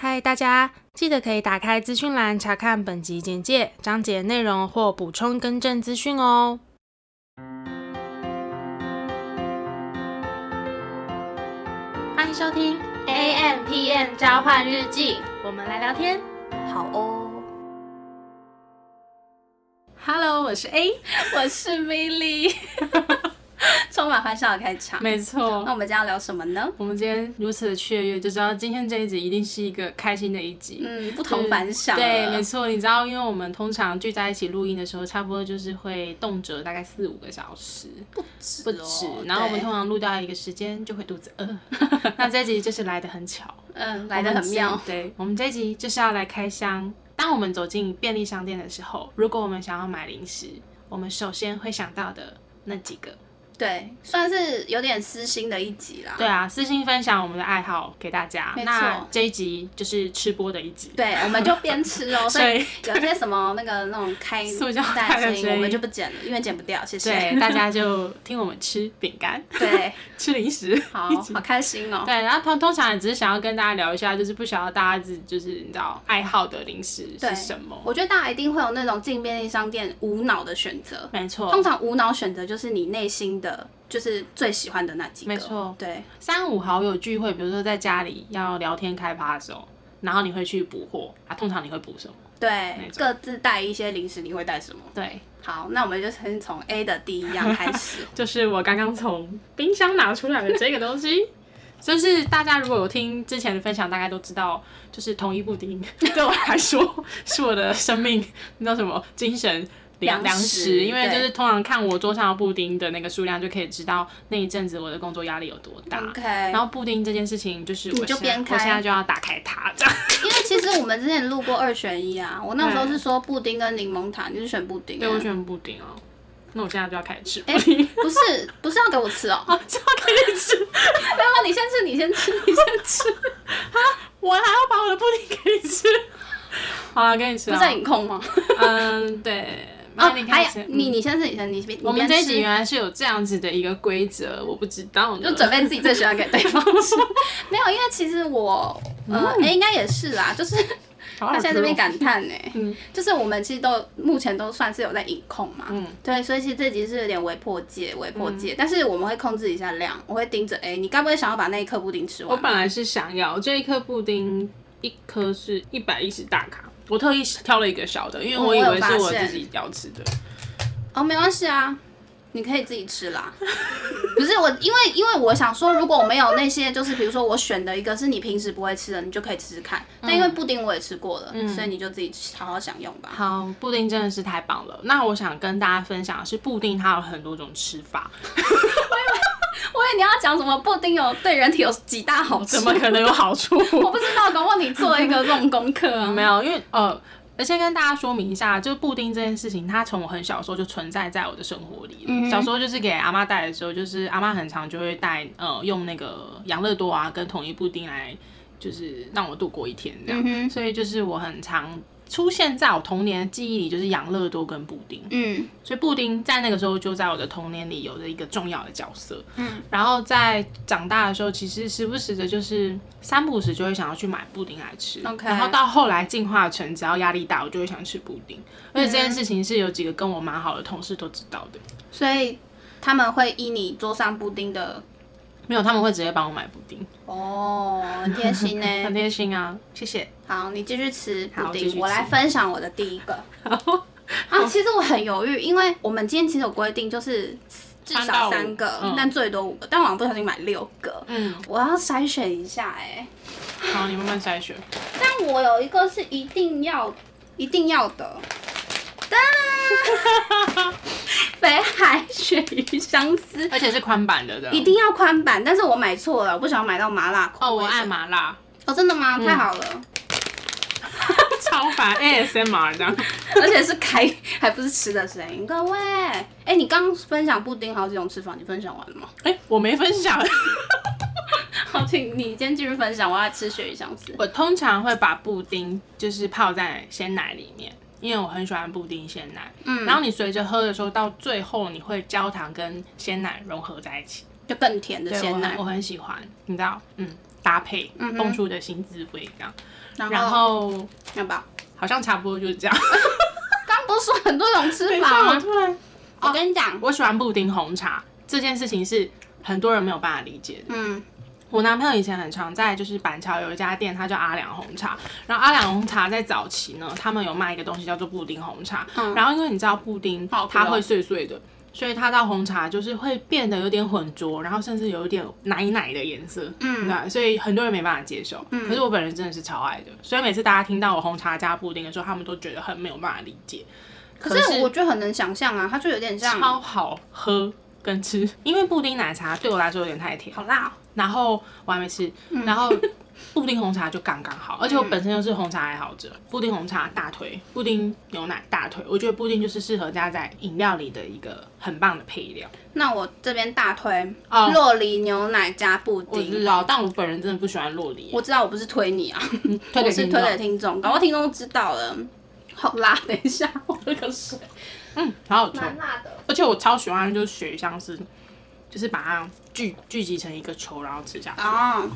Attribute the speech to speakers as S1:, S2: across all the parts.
S1: 嗨，大家记得可以打开资讯栏查看本集简介、章节内容或补充更正资讯哦。欢迎收听 A M P M 交换日记，我们来聊天。
S2: 好哦，
S1: Hello，我是 A，
S2: 我是 Milly，充满欢笑的开场。
S1: 没
S2: 那
S1: 错。
S2: 我们今天要聊什么呢？
S1: 我们今天如此的雀跃，就知道今天这一集一定是一个开心的一集。
S2: 嗯，不同凡响。
S1: 对，没。错，你知道，因为我们通常聚在一起录音的时候，差不多就是会动辄大概四五个小时，不止
S2: 哦
S1: 不止。然后我们
S2: 对
S1: 通常录到一个时间就会肚子 饿，那这集就是来的很巧，
S2: 嗯，来的很妙
S1: 我们。这。对，我们这集就是要来开箱。当我们走进便利商店的时候，如果我们想要买零食，我们首先会想到的那几个。
S2: 对，算是有点私心的一集啦。
S1: 对啊，私信分享我们的爱好给大家。
S2: 没错
S1: 那这一集就是吃播的一集。
S2: 对，我们就边吃哦。 所以
S1: 对
S2: 有些什么那个那种开
S1: 塑胶袋
S2: 袋
S1: 的
S2: 声
S1: 声
S2: 音，
S1: 音
S2: 我们就不剪了，因为剪不 掉。谢
S1: 对，
S2: 谢。
S1: 大家就听我们吃饼干。
S2: 对，
S1: 吃零食，
S2: 好
S1: 一起
S2: 好开心哦。
S1: 对，然后通通常也只是想要跟大家聊一下，就是不想要大家自就是你知道爱好的零食是
S2: 对
S1: 什么？
S2: 我觉得大家一定会有那种进便利商店无脑的选择。
S1: 没错
S2: 通，常无脑选择就是你内心的，就是最喜欢的那几个。
S1: 没错
S2: 对，
S1: 三五好友聚会，比如说在家里要聊天开趴的时候，然后你会去补货啊，通常你会补什么？
S2: 对
S1: 没，错
S2: 各自带一些零食，你会带什么？
S1: 对，。
S2: 好，那我们就先从 A 的第一样开始
S1: 就是我刚刚从冰箱拿出来的这个东西。 就是大家如果有听之前的分享，大概都知道，就是同一布丁 对我来说是我的生命，那叫什么精神粮
S2: 粮
S1: 粮
S2: 食
S1: 食，因为就
S2: 对
S1: 是通常看我桌上的布丁的那个数量，就可以知道那一阵子我的工作压力有多大。
S2: OK，
S1: 然后布丁这件事情，就是我
S2: 你就
S1: 现在
S2: 边开
S1: 我现在就要打开它，这样
S2: 因为其实我们之前录过二选一啊，我那时候
S1: 对
S2: 是说布丁跟柠檬塔，你是选布丁、啊。
S1: 对我选布丁哦。那我现在就要开始吃布
S2: 哎、
S1: 丁，
S2: 不是，不是要给我吃哦、
S1: 啊，就要开始吃，
S2: 没有，你先吃，你先吃，
S1: 啊
S2: 你先吃，
S1: 我还要把我的布丁给你吃。好了，给你吃
S2: 不
S1: 啊。
S2: 是很控吗？
S1: 嗯，对。
S2: 哦，
S1: 那你
S2: 还
S1: 开始
S2: 有，你你先吃，你先你边
S1: 嗯我们
S2: 你
S1: 这
S2: 边
S1: 一
S2: 吃
S1: 集原啊来是有这样子的一个规则，我不知道呢。
S2: 就准备自己最喜欢给对方 吃。没有，因为其实我，呃，
S1: 嗯
S2: 哎、应该也是啦，就是
S1: 好好
S2: 他现在这
S1: 吃
S2: 边
S1: 哦
S2: 感叹呢、
S1: 嗯
S2: 就是我们其实都目前都算是有在隐控嘛，
S1: 嗯
S2: 对，所以其实这集是有点微破戒，微破戒，但是我们会控制一下量，我会盯着，哎、你该不会想要把那一颗布丁吃
S1: 我
S2: 完吧？
S1: 本来是想要这一颗布丁，一颗是一百一十大卡，我特意挑了一个小的，因为我以为是我自己要吃的。
S2: 哦，没关系啊，你可以自己吃啦。 不是我，因为因为我想说，如果我没有那些，就是比如说我选的一个是你平时不会吃的，你就可以吃吃看。但因为布丁我也吃过了，所以你就自己好好享用吧。
S1: 好，布丁真的是太棒了。那我想跟大家分享的是，布丁它有很多种吃法，
S2: 我以为你要讲什么布丁有对人体有几大好处，
S1: 怎么可能有好处？
S2: 我不知道，搞不好你做一个这种功课啊。
S1: 没有，因为呃，而且跟大家说明一下，就是布丁这件事情，它从我很小的时候就存在在我的生活里了。小时候就是给阿妈带的时候，就是阿妈很常就会带呃用那个养乐多啊跟统一布丁来，就是让我度过一天这样。所以就是我很常出现在我童年的记忆里，就是养乐多跟布丁。
S2: 嗯，
S1: 所以布丁在那个时候就在我的童年里有着一个重要的角色。嗯，然后在长大的时候，其实时不时的就是三不五时就会想要去买布丁来吃。
S2: OK
S1: 然后到后来进化成，只要压力大，我就会想吃布丁。而且这件
S2: 嗯
S1: 事情是有几个跟我蛮好的同事都知道的，
S2: 所以他们会依你桌上布丁的
S1: 没有他们会直接帮我买布丁，
S2: 哦，很贴心呢、
S1: 很贴心啊，谢 谢。
S2: 好，你继续吃布
S1: 好继续吃
S2: 丁，我来分享我的第一个。啊，其实我很犹豫，因为我们今天其实有规定，就是至
S1: 三到
S2: 少
S1: 五
S2: 三个，
S1: 嗯
S2: 但最多五个，但我好像不小心买六个，
S1: 嗯，
S2: 我要筛选一下哎、
S1: 好，你慢慢筛选。
S2: 但我有一个是一定要、一定要的，哒啦 北海鳕鱼香丝
S1: 而且是宽版的，这样
S2: 一定要宽版，但是我买错了，我不想要买到麻辣口
S1: 哦，
S2: 味
S1: 我
S2: 的
S1: 爱麻 辣，嗯
S2: 哦，真的吗？太好了，
S1: 超烦 ASMR 这样。
S2: 而且是开还不是吃的声音，各位，哎、你刚分享布丁好几种吃法，你分享完了吗？
S1: 哎、我没分享。
S2: 好，请你先继续分享，我要吃鳕鱼香丝。
S1: 我通常会把布丁就是泡在鲜奶里面，因为我很喜欢布丁鲜奶。嗯，然后你随着喝的时候，到最后你会焦糖跟鲜奶融合在一起，
S2: 就更甜的
S1: 对
S2: 鲜
S1: 我很
S2: 奶
S1: 我。很喜欢，你知道，嗯，搭配，
S2: 嗯哼
S1: 蹦出的新滋味这样。然
S2: 然后
S1: 后
S2: 面包，
S1: 好像差不多就是这样。
S2: 刚不是说很多种吃
S1: 等一
S2: 法
S1: 下我
S2: 吗？
S1: 突然，
S2: 我跟你讲，
S1: 我喜欢布丁红茶这件事情是很多人没有办法理解的。
S2: 嗯，
S1: 我男朋友以前很常在就是板桥有一家店，它叫阿良红茶。然后阿良红茶在早期呢，他们有卖一个东西叫做布丁红茶。
S2: 嗯
S1: 然后因为你知道布丁
S2: 好吃哦
S1: 它会碎碎的，所以它到红茶就是会变得有点浑浊，然后甚至有一点奶奶的颜色。
S2: 嗯
S1: 对啊，所以很多人没办法接受。可是我本人真的是超爱的，所以每次大家听到我红茶加布丁的时候，他们都觉得很没有办法理解。
S2: 可是我就很能想象啊，它就有点像
S1: 超好喝跟吃，因为布丁奶茶对我来说有点太甜。
S2: 好辣、哦，
S1: 然后我还没吃，
S2: 嗯
S1: 然后布丁红茶就刚刚 好，而且我本身又是红茶爱好者，布丁红茶大推，布丁牛奶大推，我觉得布丁就是适合加在饮料里的一个很棒的配料。
S2: 那我这边大推、
S1: 哦
S2: 洛梨牛奶加布
S1: 我
S2: 丁。
S1: 知道，但我本人真的不喜欢洛梨，
S2: 我知道我不是推你啊，
S1: 推
S2: 我
S1: 给
S2: 是
S1: 听
S2: 推
S1: 众
S2: 给听众，搞不好听众知道了。好辣，等一下，我喝个水，
S1: 嗯，好好吃，
S2: 辣的。
S1: 而且我超喜欢就是雪香是，就是把它聚聚集成一个球，然后吃下去。
S2: 哦，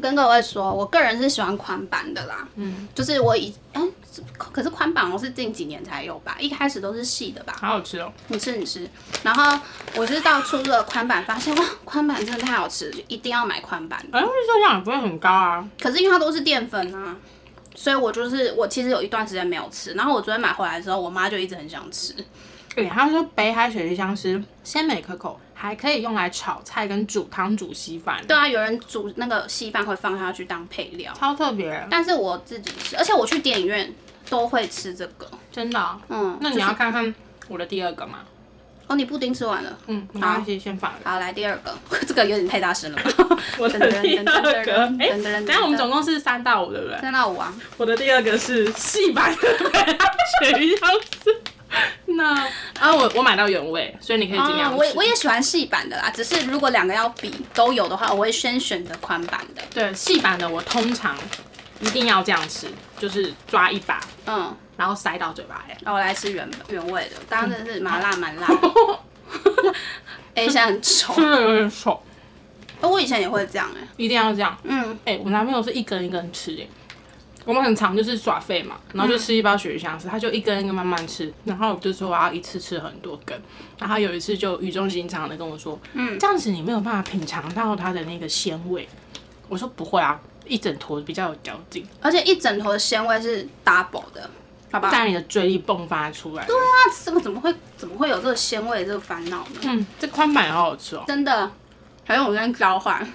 S2: 跟各位说，我个人是喜欢宽版的啦，嗯，就是我以哎、是可是宽版我是近几年才有吧，一开始都是细的吧。
S1: 好好吃哦！
S2: 你吃你吃，然后我是到出了宽版，发现哇，宽版真的太好吃，就一定要买宽版。
S1: 哎、热量也不会很高啊。
S2: 可是因为它都是淀粉啊，所以我就是我其实有一段时间没有吃，然后我昨天买回来的时候，我妈就一直很想吃。
S1: 对，哎他说北海雪梨香是鲜美可口，还可以用来炒菜跟煮汤、煮稀饭，
S2: 对啊，有人煮那个稀饭会放下去当配料，
S1: 超特别，
S2: 但是我自己吃，而且我去电影院都会吃这个。
S1: 真的哦、
S2: 嗯，
S1: 那你要看看我的第二个嘛？
S2: 哦，你布丁吃完了。
S1: 嗯，没关系，先放。
S2: 好，来第二个，这个有点太大声了吧？
S1: 我的第二
S2: 噔噔噔
S1: 个，
S2: 噔噔
S1: 哎，
S2: 噔噔
S1: 等一下我们总共是三到五，对不对？
S2: 三到五啊，
S1: 我的第二个是细版的北海雪梨香是。 那啊，我我买到原味，所以你可以尽量
S2: 哦
S1: 吃。
S2: 我也我也喜欢细版的啦，只是如果两个要比都有的话，我会先选择宽版的。
S1: 对细版的，我通常一定要这样吃，就是抓一把，
S2: 嗯，
S1: 然后塞到嘴巴里。
S2: 那我来吃原原味的，当然是麻辣蛮辣的。哎、现在很丑，
S1: 吃的有点丑，
S2: 哦我以前也会这样哎、
S1: 一定要这样。
S2: 嗯，
S1: 哎、我男朋友是一根一根吃、哎，我们很常就是耍废嘛，然后就吃一包雪香吃，他就一根一根慢慢吃，然后我就说我要一次吃很多根，然后他有一次就语重心长的跟我说，嗯，这样子你没有办法品尝到它的那个鲜味。我说不会啊，一整坨比较有嚼劲，
S2: 而且一整坨的鲜味是 double 的，好吧？
S1: 在你的嘴里迸发出啊来。对，
S2: 那这个怎么会怎么会有这个鲜味的这个烦恼呢？
S1: 嗯，这宽板也好好吃哦。
S2: 真的，还有我跟交换，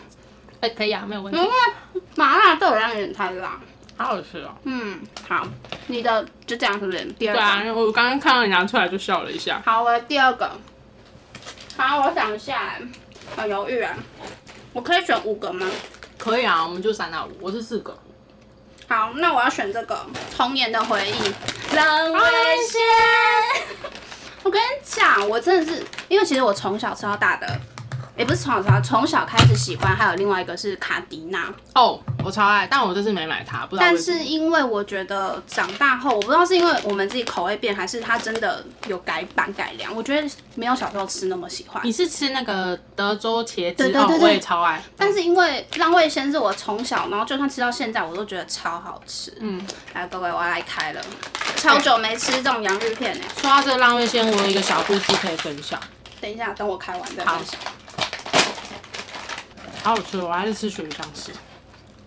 S1: 哎、可以啊，没有问题，
S2: 麻辣豆浆有点太辣。
S1: 好好吃哦。
S2: 嗯，好，你的就这样是不是？第二
S1: 对
S2: 个。
S1: 啊，因为我刚刚看到你拿出来就笑了一下。
S2: 好，我的第二个。好，我想一下，很犹豫啊。我可以选五个吗？
S1: 可以啊，我们就三到五，我是四个。
S2: 好，那我要选这个童年的回忆，冷味鲜。我跟你讲，我真的是，因为其实我从小吃到大的，也不是从小吃到大，从小开始喜欢，还有另外一个是卡迪娜。
S1: 哦，我超爱，但我这次没买它，不知道
S2: 但
S1: 为什么
S2: 是因为我觉得长大后，我不知道是因为我们自己口味变，还是它真的有改版改良，我觉得没有小时候吃那么喜欢。
S1: 你是吃那个德州茄子
S2: 对对对
S1: 哦，
S2: 对
S1: 我也超爱。
S2: 但是因为浪味仙是我从小，然后就算吃到现在，我都觉得超好吃。
S1: 嗯，
S2: 来，各位，我要来开了，超久没吃这种洋芋片呢、
S1: 说到这个浪味仙，我有一个小故事可以分享，
S2: 等一下，等我开完再
S1: 好
S2: 分享。
S1: 好好吃哦，我还是吃雪香吃。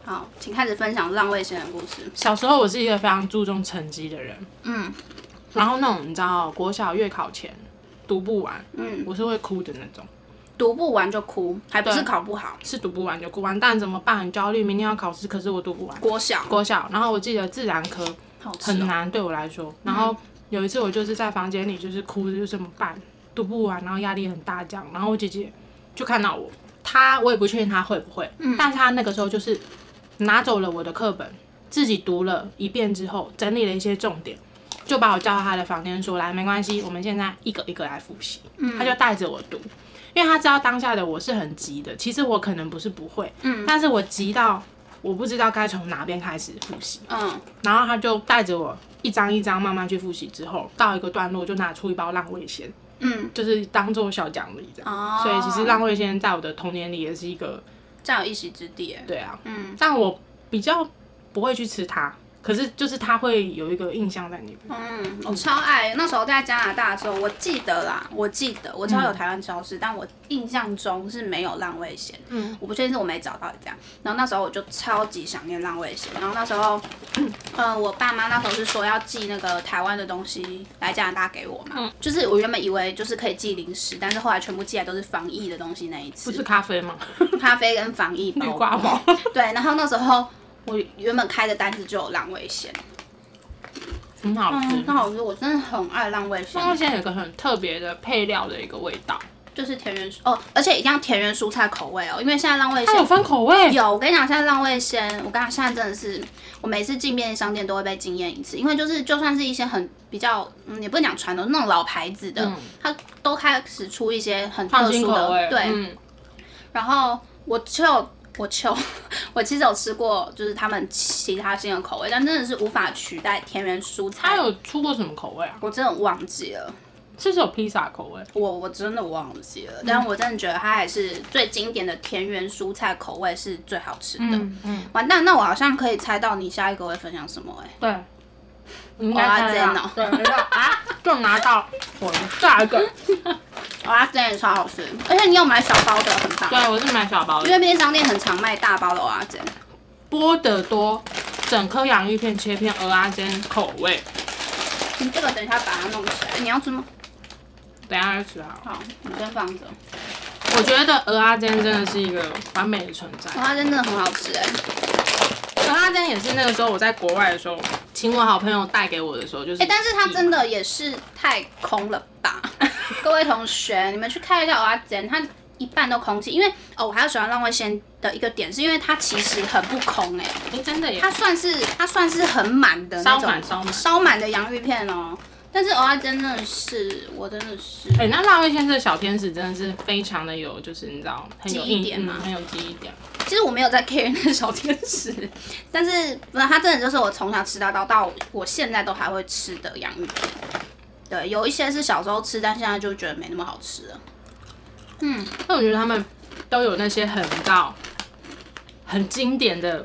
S2: 好，请开始分享浪味仙的故事。
S1: 小时候我是一个非常注重成绩的人，
S2: 嗯
S1: 然后那种你知道国小月考前读不完，
S2: 嗯，
S1: 我是会哭的那种，
S2: 读不完就哭，还不是
S1: 对
S2: 考不好。
S1: 是读不完就哭，完蛋怎么办？很焦虑，明天要考试，可是我读不完。
S2: 国小
S1: 国小，然后我记得自然科
S2: 好吃、
S1: 很
S2: 哦，
S1: 难对我来说，然后有一次我就是在房间里就是哭，就是怎么办，读不完，然后压力很大这样，然后我姐姐就看到我，她我也不确定她会不会，
S2: 嗯
S1: 但是她那个时候就是拿走了我的课本，自己读了一遍之后，整理了一些重点，就把我叫到她的房间说来，没关系，我们现在一个一个来复习，
S2: 嗯
S1: 她就带着我读。因为她知道当下的我是很急的，其实我可能不是不会，
S2: 嗯
S1: 但是我急到我不知道该从哪边开始复习，
S2: 嗯，
S1: 然后他就带着我一张一张慢慢去复习，之后到一个段落就拿出一包浪味仙，
S2: 嗯，
S1: 就是当做小奖励这样。
S2: 哦
S1: 所以其实浪味仙在我的童年里也是一个
S2: 占有一席之地耶。
S1: 对啊，
S2: 嗯，
S1: 但我比较不会去吃它，可是就是它会有一个印象在那边。
S2: 嗯，我超爱。那时候在加拿大的时候，我记得啦，我记得我知道有
S1: 嗯
S2: 台湾超市，但我印象中是没有浪味仙。
S1: 嗯，
S2: 我不确定是我没找到这样。然后那时候我就超级想念浪味仙。然后那时候，呃，我爸妈那时候是说要寄那个台湾的东西来加拿大给我嘛，
S1: 嗯
S2: 就是我原本以为就是可以寄零食，但是后来全部寄来都是防疫的东西那一
S1: 不
S2: 次，
S1: 是咖啡吗？
S2: 咖啡跟防疫
S1: 绿
S2: 包
S1: 瓜包。
S2: 对，然后那时候我原本开的单子就有浪味仙，
S1: 很好吃
S2: 嗯，。那好吃，我真的很爱浪味仙。
S1: 放味现在有一个很特别的配料的一个味道，
S2: 就是田园蔬哦，而且一定要田园蔬菜口味哦，因为现在浪味
S1: 它有
S2: 仙
S1: 分口味，
S2: 有，我跟你讲，现在浪味仙，我跟你讲，现在真的是我每次进便利商店都会被惊艳一次，因为就是就算是一些很比较，嗯，也不能讲传统那种老牌子的，它都开始出一些很
S1: 创
S2: 特
S1: 新
S2: 殊的
S1: 嗯口，味，
S2: 对，
S1: 嗯，
S2: 然后我就有我就 我其实有吃过，就是他们其他新的口味，但真的是无法取代田园蔬
S1: 它
S2: 菜。
S1: 有出过什么口味啊？
S2: 我真的忘记了，
S1: 是不是有披萨口味？
S2: 我我真的忘记了，但我真的觉得它还是最经典的田园蔬菜口味是最好吃的。
S1: 嗯嗯，
S2: 完蛋，那我好像可以猜到你下一个会分享什么哎、
S1: 对，你应
S2: 我要
S1: 该
S2: 煎
S1: 看
S2: 哦
S1: 到，对，没错啊，就拿到我的下一个，
S2: 欸，哇，真的超好吃，而且你有买小包的，很棒。
S1: 对我是买小包
S2: 因
S1: 的，
S2: 为便利商店很常卖大包的蚵仔煎，
S1: 波得多，整颗洋芋片切片，鹅阿煎口味，
S2: 你这个等一下把它弄起来。你要吃吗？
S1: 等一下再吃好了。
S2: 好，你先放着。
S1: 我觉得鹅阿煎真的是一个完美的存在。
S2: 蚵仔煎真的很好吃哎、欸，
S1: 鹅阿煎也是那个时候我在国外的时候，请我好朋友带给我的时候，就是
S2: 哎、但是它真的也是太空了 吧？各位同学，你们去看一下蚵仔煎，它一半都空气，因为哦，我还有喜欢浪味仙的一个点，是因为它其实很不空哎、
S1: 哎真的耶，
S2: 它算是它算是很满的那
S1: 烧满烧
S2: 种
S1: 满
S2: 烧满的洋芋片哦。但是蚵仔煎真的是，我真的是，
S1: 哎、那辣味先生的小天使真的是非常的有，就是你知道很有
S2: 记忆
S1: 印
S2: 点吗
S1: 嗯，很有记忆点。
S2: 其实我没有在 care 那个小天使，但是不是它真的就是我从小吃到大到我现在都还会吃的洋芋片。对，有一些是小时候吃，但现在就觉得没那么好吃了。
S1: 那我觉得他们都有那些很你知道很经典的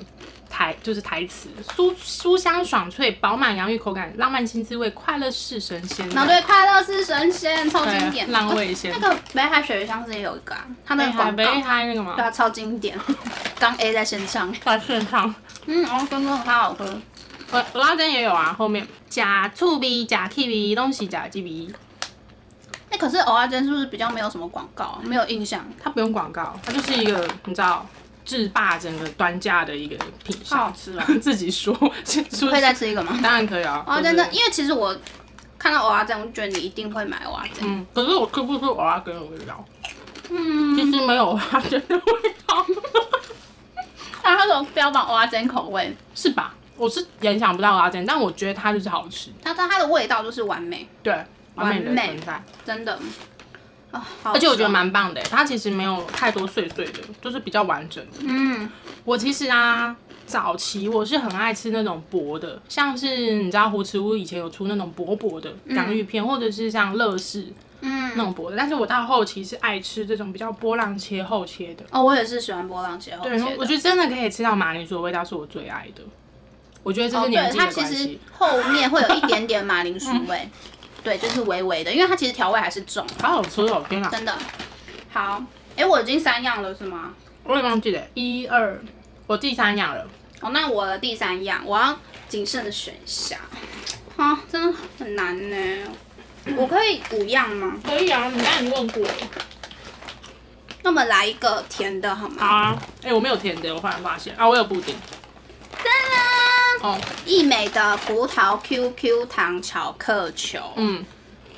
S1: 台，就是台词，酥酥香爽脆，饱满洋芋口感，浪漫新滋味，快乐是神仙。
S2: 然后对，快乐是神仙，超经典，
S1: 对浪味仙
S2: 哦那个北海鳕鱼香是也有一个、啊，它的
S1: 北海
S2: 广告
S1: 北，海那个嘛
S2: 对，啊，超经典。 刚 A 在线上，
S1: 在线上，
S2: 嗯，哦，真的好好喝。
S1: 我我那间也有啊，后面假醋鼻、假 K 鼻，东西假 G 鼻，
S2: 哎、可是蚵仔煎是不是比较没有什么广告、啊？没有印象。
S1: 它不用广告，它就是一个你知道制霸整个端架的一个品
S2: 好
S1: 相
S2: 好。 吃啊！
S1: 自己说，先说
S2: 可以再吃一 个吗？
S1: 当然可以啊。
S2: 哦，
S1: 对
S2: 真
S1: 不
S2: 的，
S1: 对
S2: 因为其实我看到蚵仔煎，我就觉得你一定会买蚵仔煎。
S1: 嗯，可是我吃不出蚵仔羹的味道，
S2: 嗯，
S1: 其实没有蚵仔羹的味 道，
S2: 但它有标榜蚵仔煎口味，
S1: 是吧？我是联想不到蚵仔羹，但我觉得它就是好吃，
S2: 它它它的味道就是完美，
S1: 对，完美的
S2: 完美哦
S1: 存在。
S2: 真的。啊、好
S1: 而且我觉得
S2: 爽，
S1: 蛮棒的，它其实没有太多碎碎的，就是比较完整的。
S2: 嗯，
S1: 我其实啊，早期我是很爱吃那种薄的，像是你知道胡吃屋以前有出那种薄薄的
S2: 嗯
S1: 洋芋片，或者是像乐事，嗯，那种薄的。但是我到后期是爱吃这种比较波浪切厚切的。
S2: 哦，我也是喜欢波浪切后切
S1: 对，我
S2: 的。
S1: 觉得真的可以吃到马铃薯的味道是我最爱的。我觉得这
S2: 哦，
S1: 是年
S2: 对，
S1: 纪
S2: 它
S1: 的
S2: 其
S1: 关
S2: 实
S1: 系。嗯
S2: 后面会有一点点马铃薯味，对，就是微微的，因为它其实调味还是重，
S1: 好好吃哦！天哪，
S2: 真的。好，哎，我已经三样了是吗？
S1: 我也忘记了，一二，我第三样了。
S2: 哦，那我的第三样，我要谨慎的选一下。啊，真的很难呢。我可以五样吗？
S1: 可以啊，你刚你问过。
S2: 那我们来一个甜的好吗？
S1: 好啊，哎、我没有甜的，我忽然发现啊，我有布丁。
S2: 噔噔，
S1: 哦，
S2: 益美的葡萄 QQ 糖巧克球。
S1: 嗯，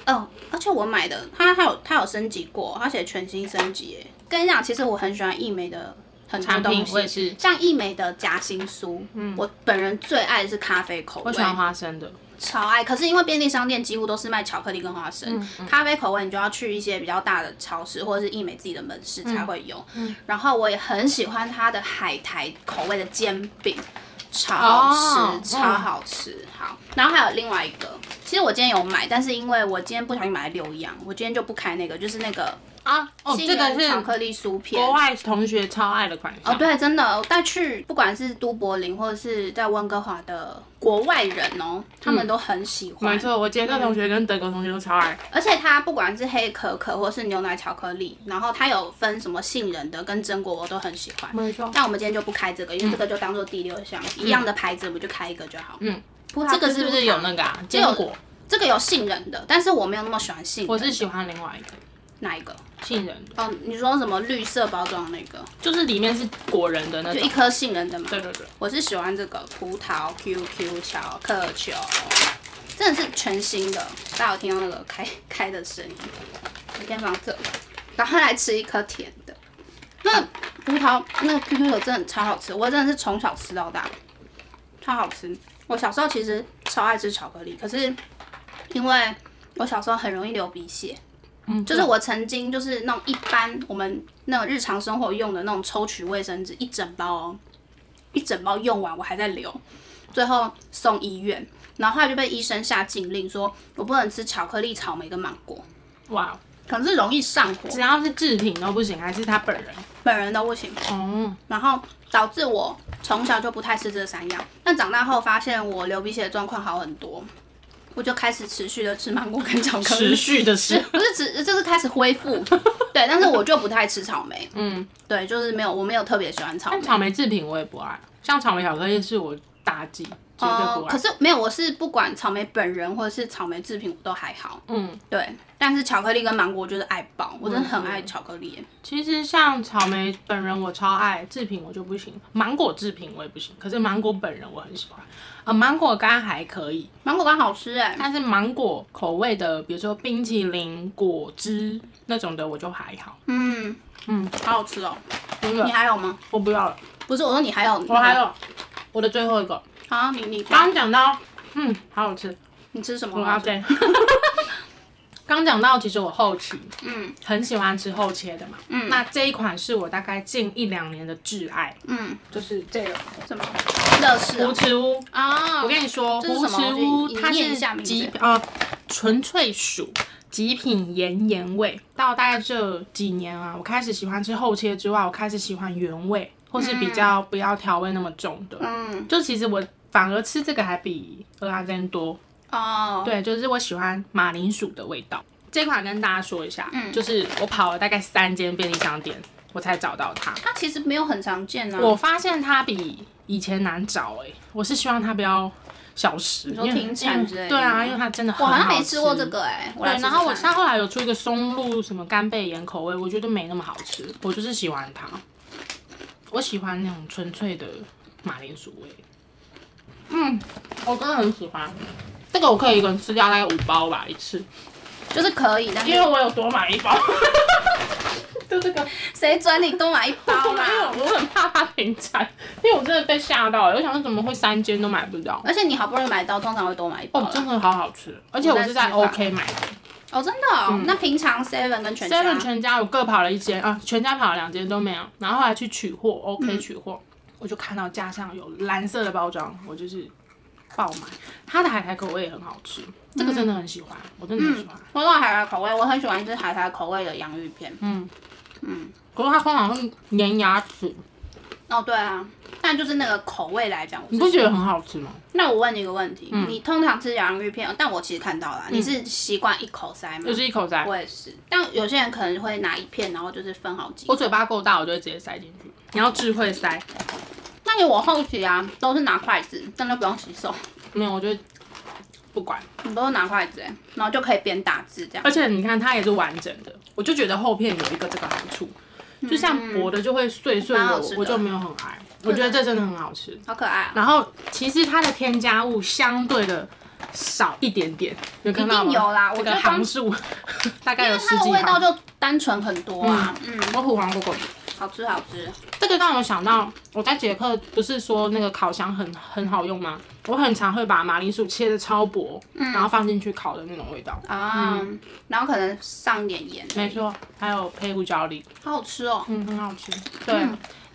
S2: 哦，而且我买的它它有它有升级过，而且全新升级耶。跟你讲，其实我很喜欢益美的很多
S1: 产品
S2: 东
S1: 我也
S2: 西，
S1: 是，嗯
S2: 像益美的夹心酥，我本人最爱的是咖啡口味。
S1: 我喜欢花生的。
S2: 超爱，可是因为便利商店几乎都是卖巧克力跟花生，
S1: 嗯
S2: 咖啡口味你就要去一些比较大的超市或者是益美自己的门市才会有。
S1: 嗯
S2: 然后我也很喜欢它的海苔口味的煎饼，超好吃，
S1: 哦
S2: 超好吃。好，然后还有另外一个，其实我今天有买，但是因为我今天不小心买了六样，我今天就不开那个，就是那个
S1: 啊，哦，
S2: 杏
S1: 这个
S2: 仁巧
S1: 是
S2: 克力酥片。
S1: 国外同学超爱的款
S2: 哦，
S1: 项。
S2: 对，真的，我带去不管是都柏林或者是在温哥华的国外人哦，他们都很喜欢。
S1: 没错，我捷克同学跟德国同学都超爱。
S2: 而且它不管是黑可可或是牛奶巧克力，然后它有分什么杏仁的跟榛果，我都很喜欢。
S1: 没错，
S2: 但我们今天就不开这个，因为这个就当做第六项、一样的牌子，我们就开一个就好。
S1: 嗯，
S2: 葡萄
S1: 这个是不是有那
S2: 个？
S1: 个啊？
S2: 就
S1: 坚
S2: 有
S1: 果，
S2: 这个有杏仁的，但是我没有那么喜欢杏
S1: 我
S2: 仁。
S1: 是喜欢另外一个
S2: 哪一个？
S1: 杏仁的，
S2: 哦，你说什么绿色包装那个，
S1: 就是里面是果仁的那
S2: 就
S1: 种
S2: 一。颗杏仁的嘛？
S1: 对对对，
S2: 我是喜欢这个葡萄 QQ 巧克球，真的是全新的，大家有听到那个开开的声音，你可以放这个，然后来吃一颗甜的。那葡萄那个 QQ 球真的超好吃，我真的是从小吃到大，超好吃。我小时候其实超爱吃巧克力，可是因为我小时候很容易流鼻血，
S1: 嗯，
S2: 就是我曾经就是那种一般我们那种日常生活用的那种抽取卫生纸一整包哦，一整包用完我还在流，最后送医院，然后后来就被医生下禁令说我不能吃巧克力、草莓跟芒果，
S1: 哇，哦
S2: 可能是容易上火，
S1: 只要是制品都不行，还是他本 人。
S2: 本人都不行。
S1: 哦，
S2: 然后导致我从小就不太吃这三样。但长大后发现我流鼻血的状况好很多，我就开始持续的吃芒果跟巧克
S1: 持
S2: 力，
S1: 续的吃。
S2: 不是持，就是开始恢 复。对，但是我就不太吃草莓，
S1: 嗯，
S2: 对，就是没有，我没有特别喜欢草莓
S1: 但。草莓制品我也不爱，像草莓巧克力是我大忌，绝对
S2: 哦
S1: 不，爱。
S2: 可是没有，我是不管草莓本人或者是草莓制品，我都还好。
S1: 嗯，
S2: 对，但是巧克力跟芒果我就是爱爆，我真的很爱巧克力耶。
S1: 其实像草莓本人我超爱，制品我就不行，芒果制品我也不行，可是芒果本人我很喜欢。呃，芒果干还可以，
S2: 芒果干好吃哎，
S1: 但是芒果口味的，比如说冰淇淋、果汁那种的，我就还好。
S2: 嗯
S1: 嗯，
S2: 好好吃哦。
S1: 真
S2: 你
S1: 的，
S2: 还有吗？
S1: 我不要了，
S2: 不是，我说你还有，
S1: 我还有我的最后一个，
S2: 好啊，你你
S1: 刚刚讲到，嗯，好好吃，
S2: 你吃什么？
S1: 我要这。刚讲到，其实我后期
S2: 嗯
S1: 很喜欢吃厚切的嘛，
S2: 嗯
S1: 那这一款是我大概近一两年的挚爱，
S2: 嗯，
S1: 就是这个
S2: 什么？乐事
S1: 胡
S2: 哦
S1: 吃屋。
S2: 啊
S1: 我跟你说，
S2: 这是
S1: 胡
S2: 什么
S1: 池屋
S2: 你
S1: 它
S2: 念一
S1: 是
S2: 下名字
S1: 极呃纯粹属极品盐盐味。到大概这几年啊，我开始喜欢吃厚切之外，我开始喜欢原味，或是比较不要调味那么重的。
S2: 嗯
S1: 就其实我反而吃这个还比鹅阿珍多。
S2: 哦，
S1: 对，就是我喜欢马铃薯的味道。这款跟大家说一下，
S2: 嗯
S1: 就是我跑了大概三间便利商店，我才找到它。
S2: 它其实没有很常见啊。
S1: 我发现它比以前难找哎、我是希望它不要消失，
S2: 你说
S1: 因为
S2: 停产之类的
S1: 对啊，因为它真的很
S2: 我好像
S1: 好
S2: 没吃过这。个哎，我
S1: 对
S2: 来，试
S1: 然
S2: 试
S1: 后我
S2: 看
S1: 它后来有出一个松露什么干贝盐口味，我觉得没那么好吃，我就是喜欢它。我喜欢那种纯粹的马铃薯味。嗯，我真的很喜欢。这个我可以一个人吃掉大概五包吧，一次，
S2: 就是可以，但
S1: 因为
S2: 是
S1: 我有多买一包。就这个，
S2: 谁准你多买一包啊
S1: 因为
S2: 啦？
S1: 我很怕它停产，因为我真的被吓到了。我想说怎么会三间都买不到？
S2: 而且你好不容易买到，通常会多买一包
S1: 哦
S2: 啦。，
S1: 真的好好吃，而且我是在 OK 买的
S2: 哦，真的哦。那平常 Seven 跟全家
S1: ，Seven 全家我各跑了一间啊，全家跑了两间都没有，然后后来去取货，OK 取货，我就看到架上有蓝色的包装，我就是爆买。它的海苔口味也很好吃，这个真的很喜欢，我真的很喜欢。
S2: 说到海苔口味，我很喜欢吃海苔口味的洋芋片。
S1: 可是它通常会粘牙齿，
S2: 哦，对啊，但就是那个口味来讲，我
S1: 你
S2: 是
S1: 不觉得很好吃吗？
S2: 那我问你一个问题，你通常吃洋芋片，但我其实看到了，你是习惯一口塞吗
S1: 就？是一口塞，
S2: 我也是，但有些人可能会拿一片，然后就是分好几
S1: 我。嘴巴够大，我就会直接塞进去。你要智慧塞，
S2: 那你我后期啊，都是拿筷子，但都不用洗手，
S1: 没有我就不管。
S2: 你都是拿筷子、欸，然后就可以边打字这样。
S1: 而且你看它也是完整的，我就觉得厚片有一个这个好处，就像薄的就会碎碎
S2: 蛮好
S1: 的，
S2: 吃的
S1: 我就没有很爱。我觉得这真的很好吃。
S2: 好可爱啊！
S1: 然后其实它的添加物相对的少一点点，有看到吗？
S2: 一定有啦我
S1: 这
S2: 觉得
S1: 个行数大概
S2: 因
S1: 有
S2: 为
S1: 十
S2: 它的
S1: 几
S2: 味道
S1: 行。
S2: 就单纯很多啊，嗯
S1: 我虎黄果果，
S2: 好吃好吃。
S1: 这个让我想到我在捷克不是说那个烤箱很很好用吗？我很常会把马铃薯切的超薄，然后放进去烤的那种味道。
S2: 啊，然后可能上一点盐，
S1: 没错，还有配胡椒粒。
S2: 好好吃哦。
S1: 嗯，很好吃。对，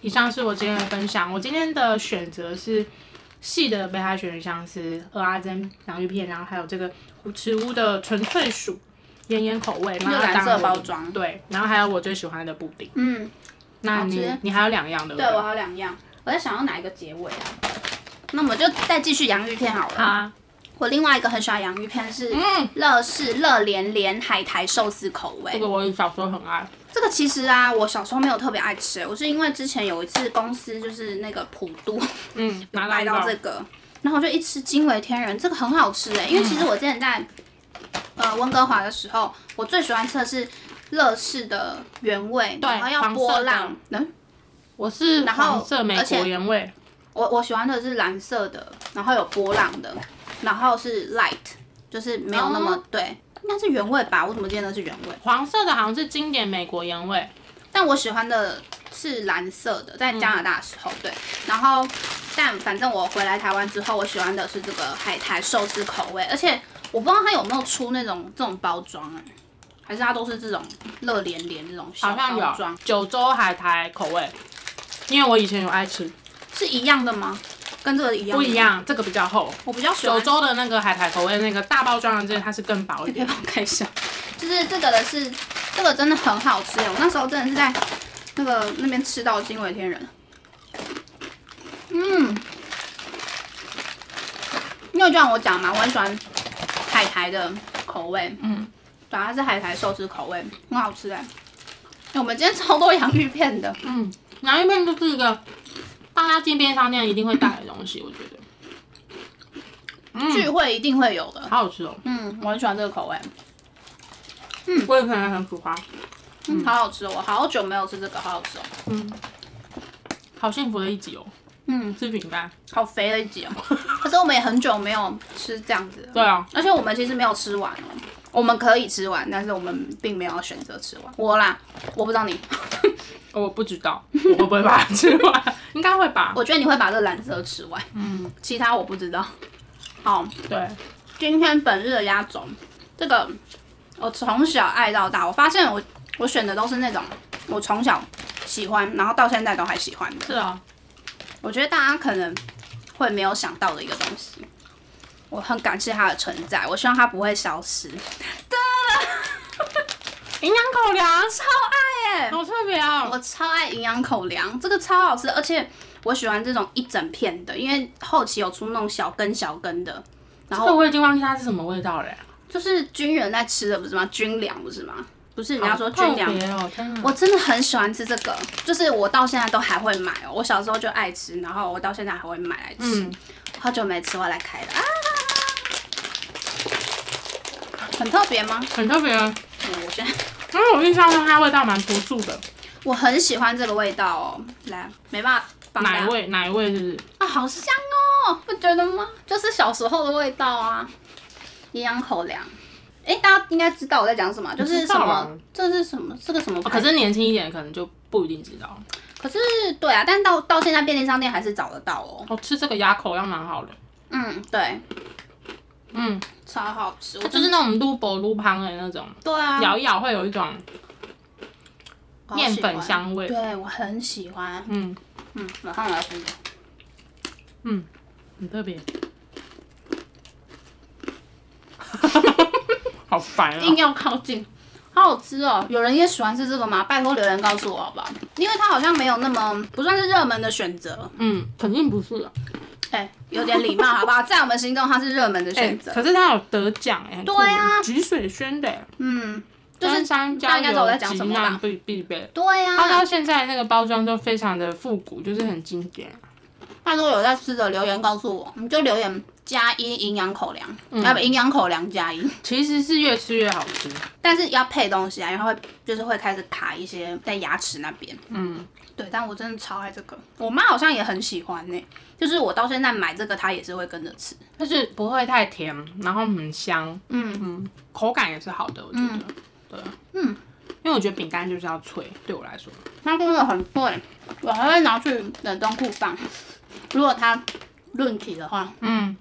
S1: 以上是我今天的分享。我今天的选择是细的北海鳕鱼香丝、鹅阿珍洋芋片，然后还有这个胡池屋的纯粹薯。盐盐口味，
S2: 就
S1: 然后
S2: 蓝色
S1: 当我
S2: 包
S1: 的
S2: 装
S1: 对，然后还有我最喜欢的布丁。
S2: 嗯，
S1: 那
S2: 好
S1: 你
S2: 吃
S1: 你还有两样的，
S2: 对我还有两样，我在想要哪一个结尾啊？那我们就再继续洋芋片好了。
S1: 啊，
S2: 我另外一个很喜欢洋芋片是
S1: 嗯
S2: 乐事乐莲莲海苔寿司口味。
S1: 这个我小时候很爱，
S2: 这个其实啊，我小时候没有特别爱吃，我是因为之前有一次公司就是那个普渡
S1: 嗯，拿
S2: 买
S1: 到
S2: 到
S1: 一
S2: 这
S1: 个
S2: 个，然后我就一吃惊为天人，这个很好吃哎、因为其实我之前在呃温哥华的时候，我最喜欢吃的是乐事的原味，
S1: 对
S2: 然后要
S1: 黄色
S2: 波
S1: 的
S2: 浪，嗯，
S1: 我是
S2: 然后
S1: 黄色美
S2: 而且
S1: 国原味，
S2: 我我喜欢的是蓝色的，然后有波浪的，然后是 light，就是没有那么、
S1: 哦
S2: 对，应该是原味吧？我怎么记得那是原味？
S1: 黄色的好像是经典美国原味，
S2: 但我喜欢的是蓝色的，在加拿大的时候，对。然后，但反正我回来台湾之后，我喜欢的是这个海苔寿司口味，而且我不知道它有没有出那种这种包装哎、还是它都是这种热连连这种小
S1: 好像
S2: 包
S1: 有
S2: 装，
S1: 九州海苔口味，因为我以前有爱吃，
S2: 是一样的吗？跟这个一样？
S1: 不一。样，这个比较厚。
S2: 我比较喜
S1: 九
S2: 欢。
S1: 州的那个海苔口味，那个大包装的这个它是更薄一
S2: 你可以
S1: 点，
S2: 帮我看一下，就是这个的是这个真的很好吃哎、我那时候真的是在那个那边吃到惊为天人。嗯，因为就像我讲嘛，我很喜欢海苔的口味，
S1: 嗯，
S2: 对啊，它是海苔寿司口味，很好吃哎、哎我们今天超多洋芋片的，
S1: 嗯，洋芋片就是一个大家进便利商店一定会带的东西，我觉得，
S2: 聚
S1: 嗯，
S2: 会一定会有的。
S1: 好好吃哦，
S2: 嗯，我很喜欢这个口味，
S1: 我也可能很喜欢，
S2: 嗯，好好吃哦！我好久没有吃这个，好好吃哦。
S1: 嗯，好幸福的一集哦，
S2: 嗯，
S1: 吃饼干，
S2: 好肥的一集哦。可是我们也很久没有吃这样子了。
S1: 对啊，
S2: 而且我们其实没有吃完哦，我们可以吃完，但是我们并没有选择吃完。我啦，我不知道你，
S1: 哦我不知道我会不会把它吃 完，应该会吧，
S2: 我觉得你会把这蓝色吃完，
S1: 嗯，
S2: 其他我不知道。好，
S1: 对，
S2: 今天本日的压轴，这个我从小爱到大，我发现我我选的都是那种我从小喜欢，然后到现在都还喜欢的。
S1: 是啊，
S2: 我觉得大家可能会没有想到的一个东西。我很感谢它的存在，我希望它不会消失。
S1: 营养口粮，
S2: 超爱耶、
S1: 好特别哦，
S2: 我超爱营养口粮，这个超好吃，而且我喜欢这种一整片的，因为后期有出那种小根小根的，然
S1: 这
S2: 后
S1: 我已经忘记它是什么味道了耶，
S2: 就是军人在吃的不是吗？军粮不是吗？不是人家说
S1: 好特
S2: 军粮，
S1: 别哦，天哪，
S2: 我真的很喜欢吃这个，就是我到现在都还会买哦，我小时候就爱吃，然后我到现在还会买来吃，
S1: 嗯，
S2: 好久没吃，我来开了啊，很特别吗？
S1: 很特别哦。
S2: 嗯，我现在
S1: 因为我印象中它味道蛮突出的，
S2: 我很喜欢这个味道哦，来，没办法帮大家
S1: 奶味奶味是不是？
S2: 啊，好香哦，不觉得吗？就是小时候的味道啊，营养口粮。哎、大家应该知道我在讲什么，就是什
S1: 知道
S2: 么
S1: 啊，
S2: 这是什么，这个什么
S1: 哦
S2: 牌
S1: 可
S2: 子、
S1: 是年轻一点可能就不一定知道。
S2: 可是对啊，但到到现在便利商店还是找得到哦。
S1: 哦，吃这个鸭口要蛮好的，
S2: 嗯，对，
S1: 嗯，
S2: 超好吃，我
S1: 它就是那种撸薄撸胖的那种，
S2: 对啊，
S1: 咬一咬会有一种
S2: 好喜欢
S1: 面粉，香味。
S2: 对我很喜欢。
S1: 嗯，
S2: 嗯，马上我要分享。
S1: 很特 别。好烦啊、
S2: 硬要靠近，好好吃哦！有人也喜欢吃这个吗？拜托留言告诉我好不好？因为它好像没有那么不算是热门的选择。
S1: 嗯，肯定不是啊。
S2: 哎、有点礼貌好 不好？在我们心中，它是热门的
S1: 哎、
S2: 选择。
S1: 可是它有得奖哎、很酷
S2: 对啊
S1: 橘水轩的、欸，
S2: 嗯，就是
S1: 登山
S2: 大家
S1: 加
S2: 应该知道我在
S1: 油
S2: 讲
S1: 急
S2: 什么吧
S1: 难必必备。
S2: 对啊呀、
S1: 它到现在那个包装都非常的复古，就是很经典。啊
S2: 拜托有在吃的留言告诉我，你就留言加一营养口粮，
S1: 嗯
S2: 要不营养口粮加一，
S1: 其实是越吃越好吃。
S2: 但是要配东西啊，然后会就是会开始卡一些在牙齿那边。
S1: 嗯，
S2: 对，但我真的超爱这个，我妈好像也很喜欢呢、就是我到现在买这个，她也是会跟着吃。
S1: 就是不会太甜，然后很香，
S2: 嗯，
S1: 嗯，口感也是好的，我觉得。对，啊
S2: 嗯，
S1: 因为我觉得饼干就是要脆，对我来说，
S2: 它真的很对，我还会拿去冷冻库放。如果它论体的话，
S1: 嗯，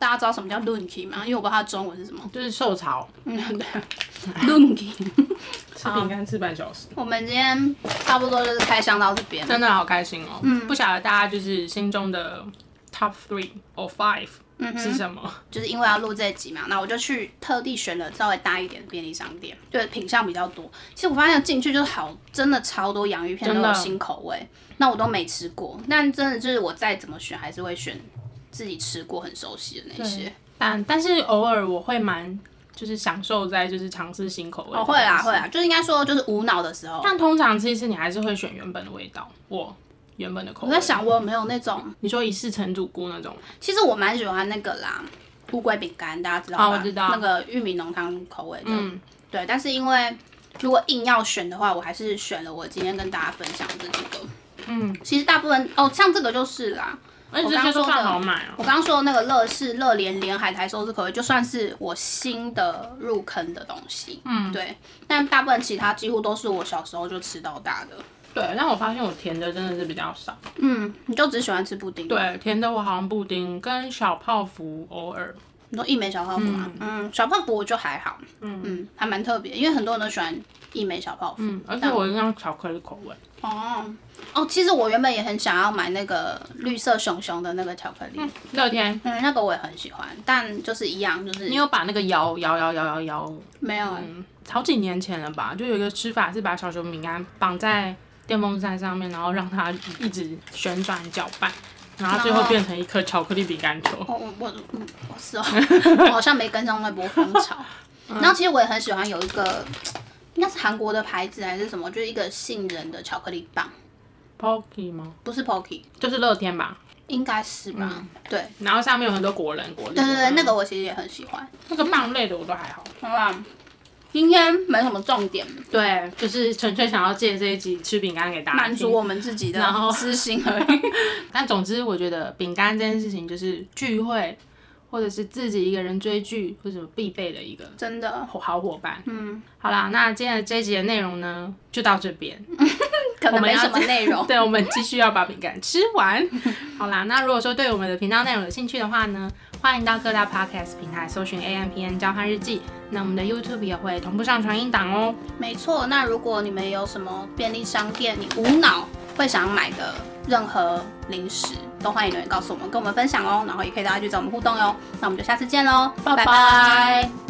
S2: 大家知道什么叫论体吗？因为我不知道它的中文是什么。
S1: 就是受潮，
S2: 嗯，对，论题。
S1: 吃饼干吃半小时，
S2: 我们今天差不多就是开箱到这边。
S1: 真的好开心哦。
S2: 嗯
S1: 不晓得大家就是心中的 top three or five 嗯、是什么？
S2: 就是因为要录这集嘛，那我就去特地选了稍微大一点的便利商店，对品相比较多。其实我发现进去就是好，真的超多洋芋片
S1: 真
S2: 都
S1: 的
S2: 有新口味，那我都没吃过。但真的就是我再怎么选，还是会选自己吃过很熟悉的那些。
S1: 但但是偶尔我会蛮就是享受在就是尝试新口味的
S2: 哦，
S1: 东西。
S2: 会啊会啊，就是应该说就是无脑的时候。
S1: 但通常其实你还是会选原本的味道，我原本的口
S2: 我
S1: 味。
S2: 在，想我有没有那种，
S1: 你说一世成主顾那种，
S2: 其实我蛮喜欢那个啦，乌龟饼干，大家知道吧？
S1: 哦我知道
S2: 那个玉米浓汤口味的。
S1: 嗯，
S2: 对，但是因为如果硬要选的话，我还是选了我今天跟大家分享的这几个。
S1: 嗯，
S2: 其实大部分哦，像这个就是啦。
S1: 而且
S2: 我
S1: 这
S2: 刚
S1: 些都
S2: 说的
S1: 算好买啊
S2: 我。刚刚说的那个乐事、乐莲莲海苔寿司口味，就算是我新的入坑的东西。嗯，对。但大部分其他几乎都是我小时候就吃到大的。
S1: 对，但我发现我甜的真的是比较少。
S2: 嗯，你就只喜欢吃布丁？，
S1: 对，甜的我好像布丁跟小泡芙偶尔。
S2: 你说一枚小泡芙吗？嗯小泡芙我就还好。嗯还蛮特别，因为很多人都喜欢一枚小泡芙。
S1: 嗯，而且我那种巧克力口味，
S2: 哦哦，其实我原本也很想要买那个绿色熊熊的那个巧克力，嗯
S1: 乐天，
S2: 那个我也很喜欢，但就是一样，就是
S1: 你有嗯把那个摇摇摇摇摇摇，
S2: 没有、欸
S1: 好几年前了吧？就有一个吃法是把小熊饼干绑在电风扇上面，然后让它一直旋转搅拌，然后最后
S2: 然后
S1: 变成一颗巧克力饼干球。
S2: 哦，我我嗯，我 是哦，我好像没跟上那波风潮。
S1: 嗯
S2: 然后其实我也很喜欢有一个，应该是韩国的牌子还是什么，就是一个杏仁的巧克力棒，
S1: Pocky 吗？
S2: 不是 Pocky，
S1: 就是乐天吧。
S2: 应该是吧？对
S1: 然后上嗯面有很嗯多果仁果粒。
S2: 对对对，那个我其实也很喜欢。
S1: 那个棒类的我都还好。
S2: 好吧，今天没什么重点，
S1: 对，就是纯粹想要借这一集吃饼干给大家
S2: 满足
S1: 听
S2: 我们自己的
S1: 然后
S2: 私心而已。
S1: 但总之，我觉得饼干这件事情就是聚会，或者是自己一个人追剧或者什么必备的一个
S2: 真的，
S1: 伙好伙伴。嗯，好啦，那今天的这一集的内容呢，就到这边。
S2: 可
S1: 我
S2: 能
S1: 们
S2: 没
S1: 要。
S2: 什么内容
S1: 对，我们继续要把饼干吃完。好啦，那如果说对我们的频道内容有兴趣的话呢，欢迎到各大 podcast 平台搜寻 A M P N 交换日记。那我们的 YouTube 也会同步上传音档哦。
S2: 没错，那如果你们有什么便利商店你无脑会想买的任何零食，都欢迎留言告诉我们，跟我们分享哦。然后也可以大家去找我们互动哟。那我们就下次见喽，
S1: 拜拜
S2: 拜拜